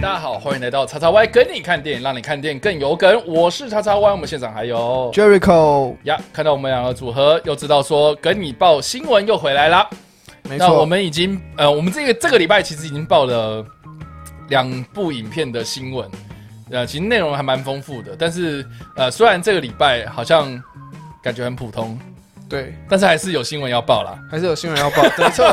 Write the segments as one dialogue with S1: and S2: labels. S1: 家好，欢迎来到叉叉 Y 跟你看电影，让你看电影更有梗。我是叉叉 Y，我们现场还有
S2: Jericho，
S1: 呀，看到我们两个组合，又知道说跟你报新闻又回来啦。
S2: 没
S1: 那
S2: 错，
S1: 我们已经呃，我们这个这个礼拜其实已经报了两部影片的新闻，呃，其实内容还蛮丰富的。但是呃，虽然这个礼拜好像感觉很普通，
S2: 对
S1: 但是还是有新闻要报啦。
S2: 还是有新 闻要报，没错。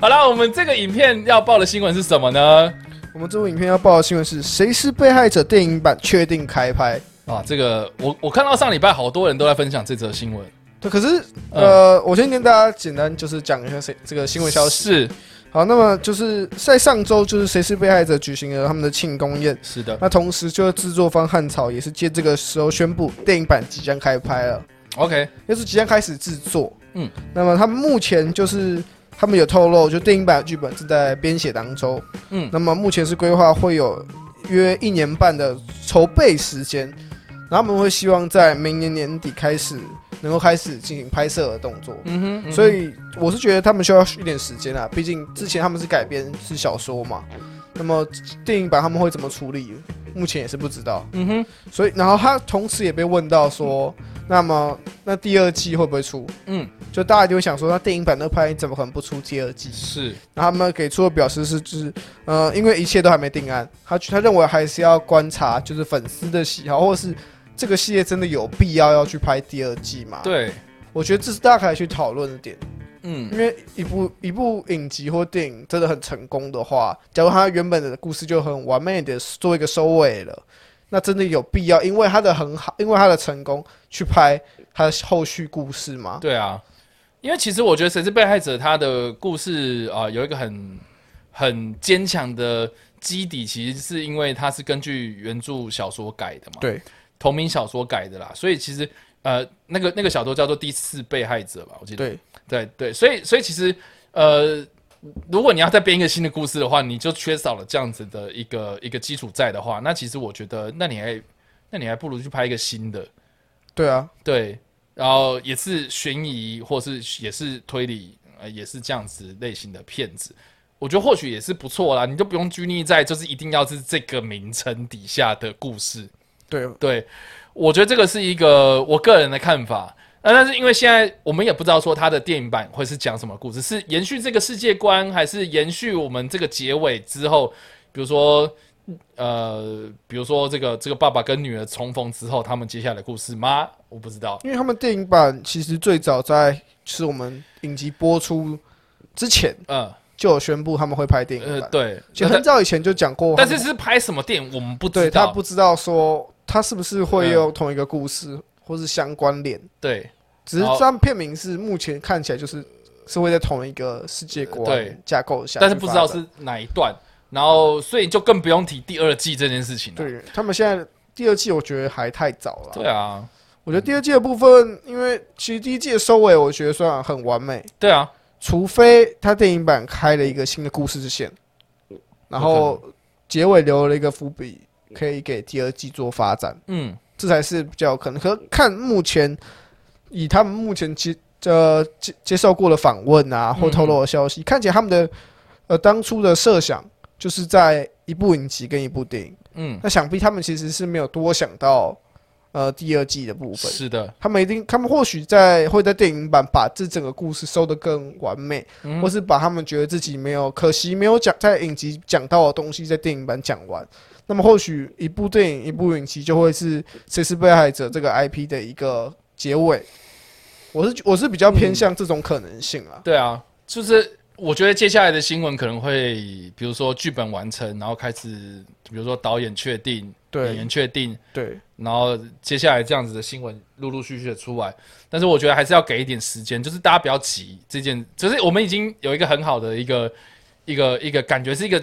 S1: 好啦，我们这个影片要报的新闻是什么呢？
S2: 我们这部影片要报的新闻是谁是被害者？电影版确定开拍。
S1: 啊，这个我我看到上礼拜好多人都在分享这则新闻，
S2: 对，可是
S1: 嗯
S2: 呃，我先跟大家简单就是讲一下谁这个新闻消息。
S1: 是
S2: 好，那么就是在上周，就是谁是被害者举行了他们的庆功宴。
S1: 是的，
S2: 那同时，就是制作方汉草也是借这个时候宣布电影版即将开拍了，
S1: OK，
S2: 也是即将开始制作。
S1: 嗯，
S2: 那么他们目前就是他们有透露，就电影版的剧本正在编写当中。
S1: 嗯，
S2: 那么目前是规划会有约一年半的筹备时间，然后他们会希望在明年年底开始能够开始进行拍摄的动作。
S1: 嗯哼，嗯哼
S2: 所以我是觉得他们需要一点时间啊，毕竟之前他们是改编是小说嘛，那么电影版他们会怎么处理，目前也是不知道。
S1: 嗯哼，
S2: 所以，然后他同时也被问到说，那么那第二季会不会出？
S1: 嗯，
S2: 就大家就会想说，那电影版都拍，怎么可能不出第二季？
S1: 是
S2: 然后他们给出的表示是，就是呃，因为一切都还没定案，他他认为还是要观察，就是粉丝的喜好，或是这个系列真的有必要要去拍第二季吗？，
S1: 对，
S2: 我觉得这是大家可以去讨论的点，
S1: 嗯
S2: 因为一部一部影集或电影真的很成功的话，假如它原本的故事就很完美的做一个收尾了，那真的有必要因为它的很好，因为它的成功去拍它的后续故事吗？
S1: 对啊，因为其实我觉得《谁是被害者》他的故事啊、有一个很很坚强的基底，其实是因为它是根据原著小说改的嘛，
S2: 对，
S1: 同名小说改的啦，所以其实呃那个那个小说叫做《第四被害者》吧，我记得
S2: 对，
S1: 对对，所以所以其实呃，如果你要再编一个新的故事的话，你就缺少了这样子的一个一个基础在的话，那其实我觉得，那你还那你还不如去拍一个新的，
S2: 对啊，
S1: 对，然后也是悬疑或是也是推理，呃，也是这样子类型的片子。我觉得或许也是不错啦，你就不用拘泥在就是一定要是这个名称底下的故事，
S2: 对，
S1: 对，我觉得这个是一个我个人的看法。那但是因为现在我们也不知道说它的电影版会是讲什么故事，是延续这个世界观，还是延续我们这个结尾之后，比如说呃，比如说这个这个爸爸跟女儿重逢之后，他们接下来的故事吗？我不知道。
S2: 因为他们电影版其实最早在是我们影集播出之前
S1: 嗯
S2: 就有宣布他们会拍电影
S1: 呃，
S2: 版，
S1: 对，
S2: 其实很早以前就讲过他
S1: 但
S2: 们，
S1: 是是拍什么电影我们不知
S2: 对他
S1: 道。
S2: 不知道说他是不是
S1: 嗯
S2: 会用同一个故事或是相关联，
S1: 对
S2: 只是
S1: 好
S2: 他们片名是目前看起来就是是会在同一个世界
S1: 对
S2: 观架构下去发展，
S1: 但是不知道是哪一段，然后所以就更不用提第二季这件事情了。
S2: 对他们现在。第二季我觉得还太早了，
S1: 对啊，
S2: 我觉得第二季的部分，因为其实第一季的收尾我觉得算很完美，
S1: 对啊，
S2: 除非他电影版开了一个新的故事线，
S1: 嗯
S2: 然后结尾留了一个伏笔，可以给第二季做发展，
S1: 嗯
S2: 这才是比较有可能。可看目前，以他们目前接呃接接受过的访问啊，或透露的消息，看起来他们的呃当初的设想就是在一部影集跟一部电影，
S1: 嗯，
S2: 那想必他们其实是没有多想到呃第二季的部分。
S1: 是的，
S2: 他们一定，他们或许在会在电影版把这整个故事收得更完美，
S1: 嗯
S2: 或是把他们觉得自己没有可惜没有讲在影集讲到的东西在电影版讲完。那么或许一部电影一部影集就会是《谁是被害者》这个 IP 的一个结尾。我是我是比较偏向这种可能性啊。
S1: 对啊，就是我觉得接下来的新闻可能会，比如说剧本完成，然后开始，比如说导演确定，演
S2: 对
S1: 员确定，
S2: 对
S1: 然后接下来这样子的新闻陆陆续续的出来。但是我觉得还是要给一点时间，就是大家不要急，这件就是我们已经有一个很好的一个一个一个感觉是一个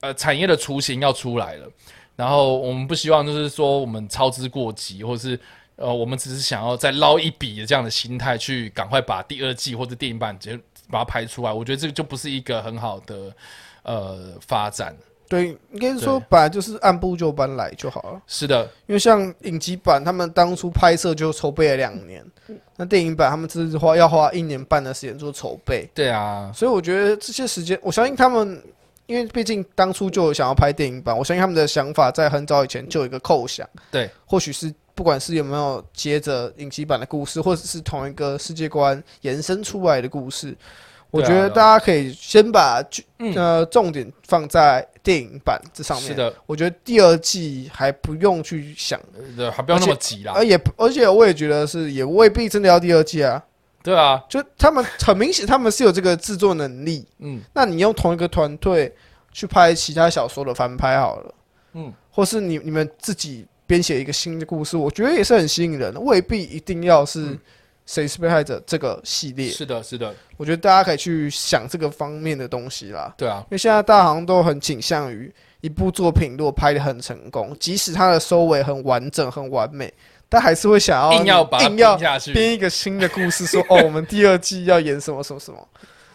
S1: 呃产业的雏形要出来了。然后我们不希望就是说我们操之过急，或是呃我们只是想要再捞一笔的这样的心态去赶快把第二季或者电影版直接把它拍出来。我觉得这个就不是一个很好的呃发展。
S2: 对，应该是说
S1: 对
S2: 本来就是按部就班来就好了。
S1: 是的，
S2: 因为像影集版，他们当初拍摄就筹备了两年，那电影版他们只是花要花一年半的时间做筹备，
S1: 对啊，
S2: 所以我觉得这些时间，我相信他们因为毕竟当初就有想要拍电影版，我相信他们的想法在很早以前就有一个构想。
S1: 对，
S2: 或许是不管是有没有接着影集版的故事，或者是同一个世界观延伸出来的故事，我
S1: 对啊
S2: 觉
S1: 对
S2: 得
S1: 啊
S2: 大家可以先把剧、
S1: 嗯
S2: 呃重点放在电影版这上面。
S1: 是，的，
S2: 我觉得第二季还不用去想，
S1: 呃还不要那么急啦
S2: 而。啊也而且我也觉得是也未必真的要第二季啊。
S1: 对啊，
S2: 就他们 很明显，他们是有这个制作能力。
S1: 嗯，
S2: 那你用同一个团队去拍其他小说的翻拍好了，
S1: 嗯，
S2: 或是你你们自己编写一个新的故事，我觉得也是很吸引人的，未必一定要是《谁是被害者》这个系列。
S1: 是的，是的，
S2: 我觉得大家可以去想这个方面的东西啦，
S1: 对啊，
S2: 因为现在大家好像都很倾向于一部作品如果拍的很成功，即使它的收尾很完整、很完美，但还是会想要
S1: 硬要把它
S2: 硬要
S1: 拼下去，
S2: 编一个新的故事，说 哦，我们第二季要演什么什么什么。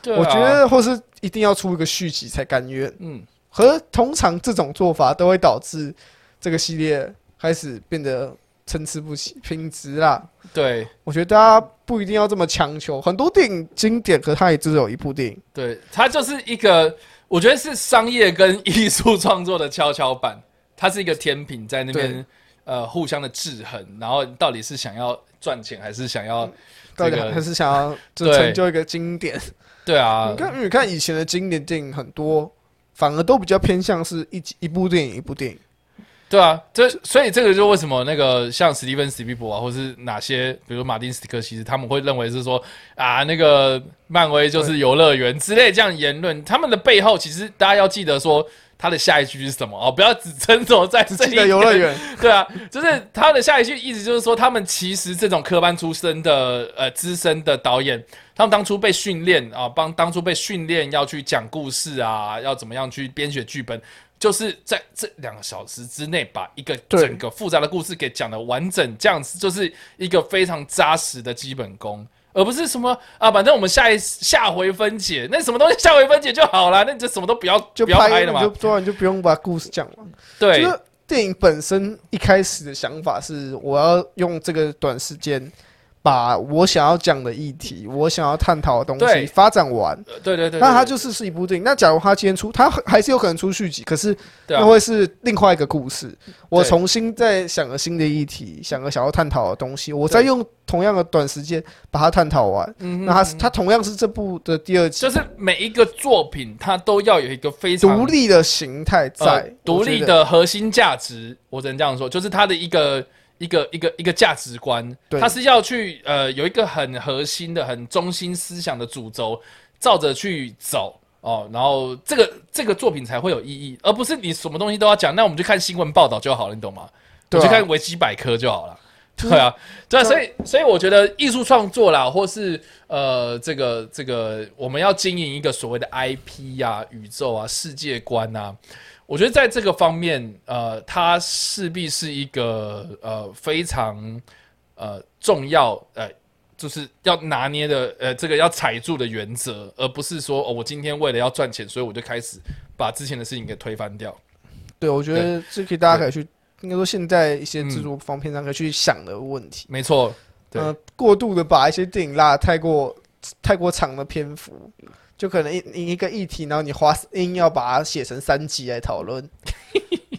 S1: 对啊
S2: 我觉得或是一定要出一个续集才甘愿。
S1: 嗯，
S2: 和通常这种做法都会导致这个系列开始变得参差不齐、品质啦。
S1: 对
S2: 我觉得大家不一定要这么强求，很多电影经典，可它也只有一部电影。
S1: 对，它就是一个，我觉得是商业跟艺术创作的跷跷板，它是一个天平在那边
S2: 对
S1: 呃互相的制衡，然后到底是想要赚钱还是想要这
S2: 大家
S1: 个
S2: 还是想要就
S1: 对
S2: 成就一个经典。
S1: 对啊
S2: 你，看，你看以前的经典电影很多，反而都比较偏向是一集一部电影一 部电影。
S1: 对啊，这所以这个就为什么那个像史蒂芬史蒂博啊，或是哪些比如马丁史科西斯，他们会认为是说啊，那个漫威就是游乐园之类这样言论，他们的背后其实大家要记得说他的下一句是什么哦，不要只斟酌在
S2: 只
S1: 这
S2: 记
S1: 一
S2: 得
S1: 个
S2: 游 乐园，
S1: 对啊，就是他的下一句意思就是说，他们其实这种科班出身的呃资深的导演，他们当初被训练啊，帮当初被训练要去讲故事啊，要怎么样去编写剧本，就是在这两个小时之内把一个
S2: 对
S1: 整个复杂的故事给讲的完整，这样子就是一个非常扎实的基本功。而不是什么啊，反正我们下一下回分解，那什么东西下回分解就好啦，那你就什么都不要
S2: 就
S1: 不要拍
S2: 拍
S1: 了
S2: 你就
S1: 嘛。
S2: 做完就不用把故事讲完。
S1: 对
S2: 就是电影本身一开始的想法是，我要用这个短时间把我想要讲的议题，我想要探讨的东西
S1: 对
S2: 发展完。
S1: 呃对对对，
S2: 那它
S1: 对
S2: 就是是一部电影。那假如它今天出，它还是有可能出续集，可是
S1: 对啊
S2: 那会是另外一个故事。我
S1: 对
S2: 重新再想个新的议题，想个想要探讨的东西，我再用同样的短时间把它探讨完。
S1: 嗯哼
S2: 那它是它同样是这部的第二集，
S1: 就是每一个作品，它都要有一个非常
S2: 独立的形态
S1: 呃
S2: 在
S1: 独
S2: 我觉
S1: 立
S2: 得
S1: 的核心价值。我只能这样说，就是它的一个一个一个一个价值观，
S2: 对
S1: 它是要去呃有一个很核心的、很中心思想的主轴，照着去走哦，然后这个这个作品才会有意义，而不是你什么东西都要讲，那我们就看新闻报道就好了，你懂吗？
S2: 对啊
S1: 我就看维基百科就好了。
S2: 就是
S1: 对啊，对啊，
S2: 就
S1: 所以所以我觉得艺术创作啦，或是呃，这个这个，我们要经营一个所谓的 IP 啊、宇宙啊、世界观啊，我觉得在这个方面，呃，它势必是一个呃非常呃重要呃，就是要拿捏的呃这个要踩住的原则，而不是说哦，我今天为了要赚钱，所以我就开始把之前的事情给推翻掉。
S2: 对，我觉
S1: 对嗯
S2: 得这可以，大家可以去，应该说现在一些制作方面上可以去想的问题。
S1: 没错，对
S2: 呃，过度的把一些电影拉得太过太过长的篇幅，就可能一一个议题，然后你花硬要把它写成三集来讨 论。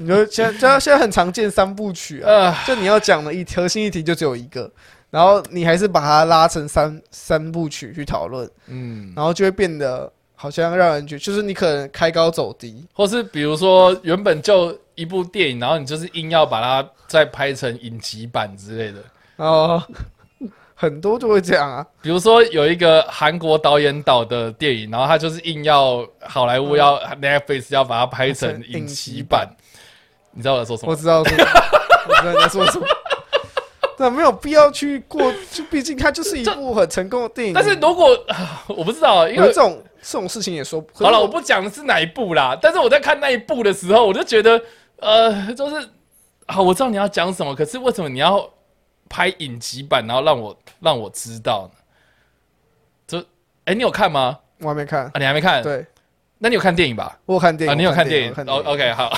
S2: 你就现在，现在现在很常见三部曲啊，
S1: 呃，
S2: 就你要讲的一核心议题就只有一个，然后你还是把它拉成三三部曲去讨论，
S1: 嗯。
S2: 然后就会变得好像让人觉得，就是你可能开高走低，
S1: 或是比如说原本就一部电影，然后你就是硬要把它再拍成影集版之类的。
S2: 然后很多就会这样啊。
S1: 比如说有一个韩国导演导的电影，然后他就是硬要好莱坞要 Netflix 要把它嗯拍成影集版，你知道我在说什
S2: 我
S1: 么？
S2: 知道，我知道我知道你在说什么。那没有必要去过，就毕竟它就是一部很成功的电影。
S1: 但是如果、啊我不知道，因
S2: 有
S1: 为
S2: 这种这种事情也说
S1: 好了，我不讲的是哪一部啦。但是我在看那一部的时候，我就觉得，呃，就是啊，我知道你要讲什么，可是为什么你要拍影集版，然后让我让我知道呢？就，哎、你有看吗？
S2: 我还没看
S1: 啊，。你还没看？
S2: 对，
S1: 那你有看电影吧？
S2: 我有看电影。
S1: 啊，你有
S2: 我看
S1: 电
S2: 影？我看
S1: 哦
S2: 电
S1: ，OK，
S2: 影。
S1: 好，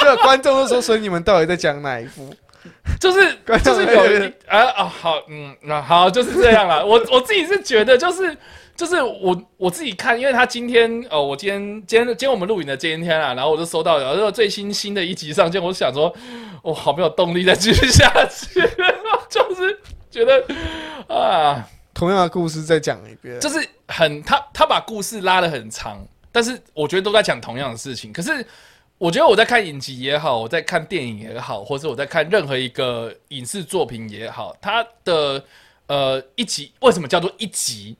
S2: 这个观众都说，所以你们到底在讲哪一部？
S1: 就是
S2: 观众
S1: 就是呃
S2: 朋友
S1: 哦有一啊啊，好，嗯，那、好，就是这样啦。我我自己是觉得，就是就是我我自己看，因为他今天呃，我今天今天今天我们录影的今天啊，然后我就收到了，然后最新新的一集上线，我就想说，我好没有动力再继续下去， 就是觉得啊，
S2: 同样的故事再讲一遍，
S1: 就是很他他把故事拉得很长，但是我觉得都在讲同样的事情。可是我觉得我在看影集也好，我在看电影也好，或者我在看任何一个影视作品也好，它的呃一集为什么叫做一集？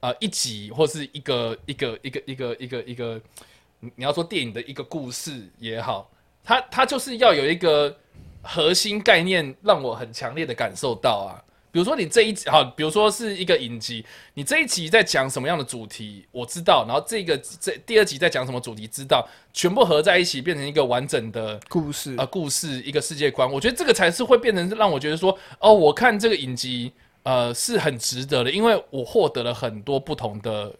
S1: 呃，一集或是一个一个一个一个一个一个，你你要说电影的一个故事也好，它它就是要有一个核心概念，让我很强烈的感受到啊。比如说你这一集好，比如说是一个影集，你这一集在讲什么样的主题，我知道，然后这个这第二集在讲什么主题，知道，全部合在一起变成一个完整的
S2: 故事
S1: 呃故事，一个世界观。我觉得这个才是会变成让我觉得说，哦，我看这个影集，呃，是很值得的，因为我获得了很多不同的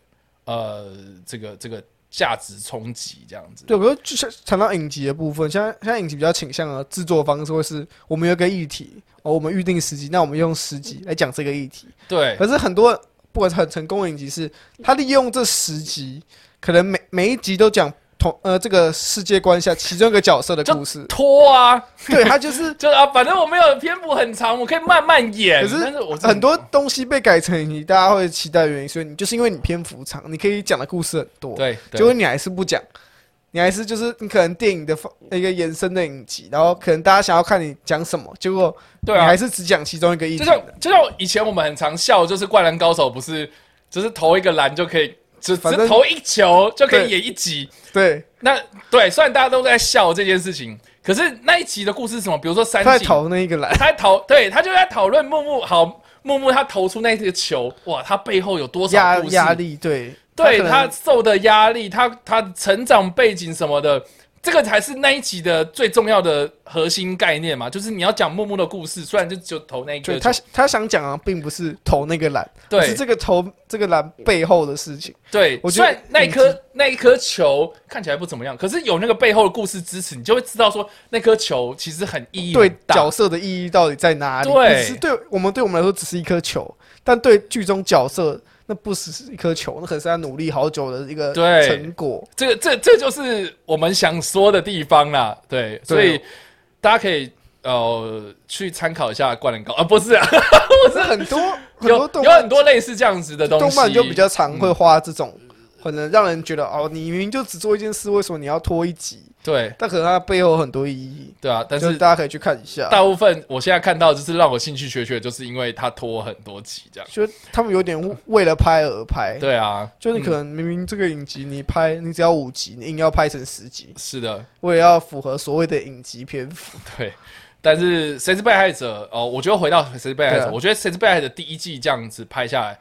S1: 呃这个这个价值冲击，这样子。
S2: 对，我就像谈到影集的部分，现在现在影集比较倾向的制作方式会是，我们有一个议题，哦，我们预定十集，那我们用十集来讲这个议题。
S1: 对，
S2: 可是很多不管是很成功的影集是，他利用这十集，可能每每一集都讲同呃这个世界观下其中一个角色的故事
S1: 拖啊，
S2: 对他就是。
S1: 就是啊，反正我没有篇幅很长，我可以慢慢演。
S2: 可是
S1: 但是我真的
S2: 很多东西被改成你，大家会期待的原因，所以你就是因为你篇幅长，你可以讲的故事很多。
S1: 对，对
S2: 结果你还是不讲，你还是就是你可能电影的方一个延伸的影集，然后可能大家想要看你讲什么，结果
S1: 对啊
S2: 你还是只讲其中一个议
S1: 就
S2: 题
S1: 像
S2: 的。
S1: 就像以前我们很常笑，就是《灌篮高手》不是，就是投一个篮就可以，只
S2: 反
S1: 只
S2: 正
S1: 投一球就可
S2: 对
S1: 以演一集。
S2: 对，
S1: 那对，虽然大家都在笑这件事情，可是那一集的故事是什么？比如说三
S2: 他在
S1: 井，
S2: 投那一个篮，
S1: 他在讨，对他就在讨论木木好。木木他投出那个球，哇，他背后有多
S2: 压
S1: 少故事？
S2: 压力，对，
S1: 对
S2: 可能
S1: 他受的压力，他他成长背景什么的，这个才是那一集的最重要的核心概念嘛。就是你要讲木木的故事，虽然就就投那一
S2: 就
S1: 个，
S2: 他他想讲的并不是投那个篮，
S1: 对
S2: 而是这个投这个篮背后的事情。
S1: 对，
S2: 我觉
S1: 虽
S2: 得嗯
S1: 然那一颗那一颗球看起来不怎么样，可是有那个背后的故事支持，你就会知道说那颗球其实很意义
S2: 对
S1: 很大
S2: 角。色的意义到底在哪里？
S1: 对
S2: 只是对我们对我们来说只是一颗球，但对剧中角色那不只是一颗球，那可是他努力好久的一个
S1: 对
S2: 成果。
S1: 这个这这就是我们想说的地方啦。对，所
S2: 对哦
S1: 以大家可以呃去参考一下《灌篮高》啊，不是啊，
S2: 可是很多很
S1: 有
S2: 多动
S1: 有
S2: 漫
S1: 很多类似这样子的东西。嗯
S2: 动漫就比较常会花这种，可能让人觉得哦，你明明就只做一件事，为什么你要拖一集？
S1: 对
S2: 但可能它背后有很多意义，
S1: 对啊，但
S2: 就是大家可以去看一下。
S1: 大部分我现在看到就是让我兴趣缺缺，就是因为它拖很多集这样。
S2: 就他们有点为了拍而拍，
S1: 对啊，
S2: 就是你可能明明这个影集你拍你只要五集，你硬要拍成十集，
S1: 是的，
S2: 为了要符合所谓的影集篇幅。
S1: 对，但是谁是被害者？哦，我觉得回到谁是被害者，
S2: 对啊
S1: 我觉得谁是被害者第一季这样子拍下来，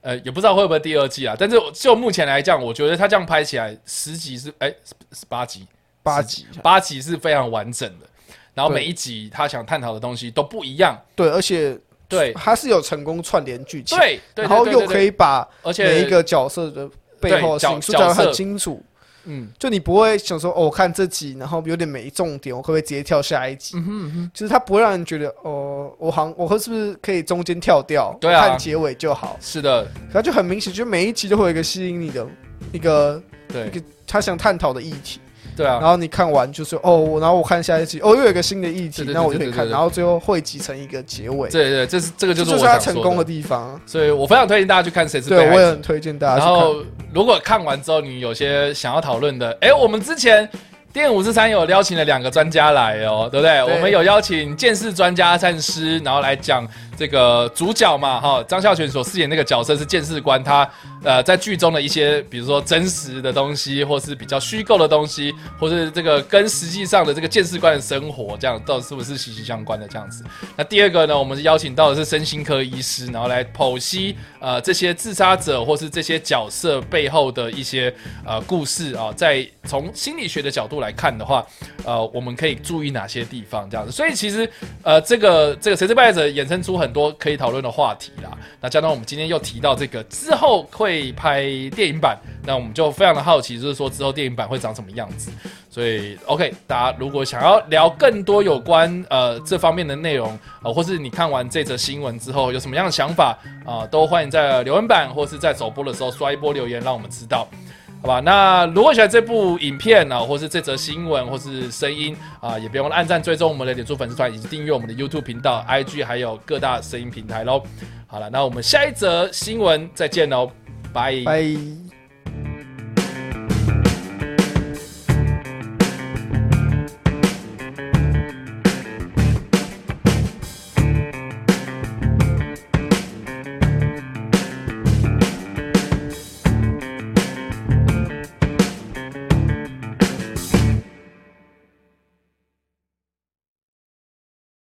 S1: 呃，也不知道会不会第二季啊。但是我就目前来讲，我觉得他这样拍起来十集是哎十十八集，
S2: 八集，
S1: 八集是非常完整的。然后
S2: 啊对
S1: 每一集他想探讨的东西都不一样，
S2: 对，而且
S1: 对
S2: 它是有成功串联剧情，
S1: 对对，
S2: 然后
S1: 对
S2: 又可，
S1: 对对
S2: 以把
S1: 对而且
S2: 每一个角色的背后的
S1: 对角
S2: 情愫讲得
S1: 角
S2: 很
S1: 色
S2: 清楚，
S1: 嗯，
S2: 就你不会想说，哦，我看这集，然后有点没重点，我可不可以直接跳下一
S1: 嗯
S2: 集？就是它不会让人觉得，哦，我好像我会是不是可以中间跳掉，
S1: 对啊
S2: 看结尾就好。
S1: 是的，
S2: 它就很明显，就每一集都会有一个吸引你的一个
S1: 对
S2: 他想探讨的议题，
S1: 对啊
S2: 然，后你看完就说，哦，我然后我看下一集，哦，又有一个新的议题，
S1: 对对对
S2: 那我就可以
S1: 对对
S2: 看，
S1: 对
S2: 然后最后汇集成一个结尾。
S1: 对对，这是这个
S2: 这
S1: 就是
S2: 就
S1: 我
S2: 是他
S1: 想
S2: 成
S1: 说
S2: 功
S1: 的，
S2: 的地方。
S1: 所以我非常推荐大家去看谁是
S2: 对，
S1: 被害
S2: 我也
S1: 者
S2: 很。推荐大家
S1: 然
S2: 去看。
S1: 后如果看完之后你有些想要讨论的，哎、我们之前。电影五四三有邀请了两个专家来哦，对不对？
S2: 对
S1: 我们有邀请剑士专家战师，然后来讲这个主角嘛，哈、张孝全所饰演那个角色是剑士官，他呃在剧中的一些，比如说真实的东西，或是比较虚构的东西，或是这个跟实际上的这个剑士官的生活，这样到底是不是息息相关的这样子？那第二个呢，我们邀请到的是身心科医师，然后来剖析呃这些自杀者或是这些角色背后的一些呃故事啊、在从心理学的角度来。来看的话，呃，我们可以注意哪些地方这样子。所以其实呃，这个这个《谁是被害者》衍生出很多可以讨论的话题啦。那加上我们今天又提到这个之后会拍电影版，那我们就非常的好奇，就是说之后电影版会长什么样子。所以 OK，大家如果想要聊更多有关呃这方面的内容，呃，或是你看完这则新闻之后有什么样的想法啊、呃都欢迎在留言板或是在首播的时候刷一波留言，让我们知道。好吧，那如果喜欢这部影片呢、或是这则新闻，或是声音啊、也别忘了按赞、追踪我们的脸书粉丝团，以及订阅我们的 YouTube 频道、IG，还有各大声音平台喽。好了，那我们下一则新闻再见喽，拜
S2: 拜。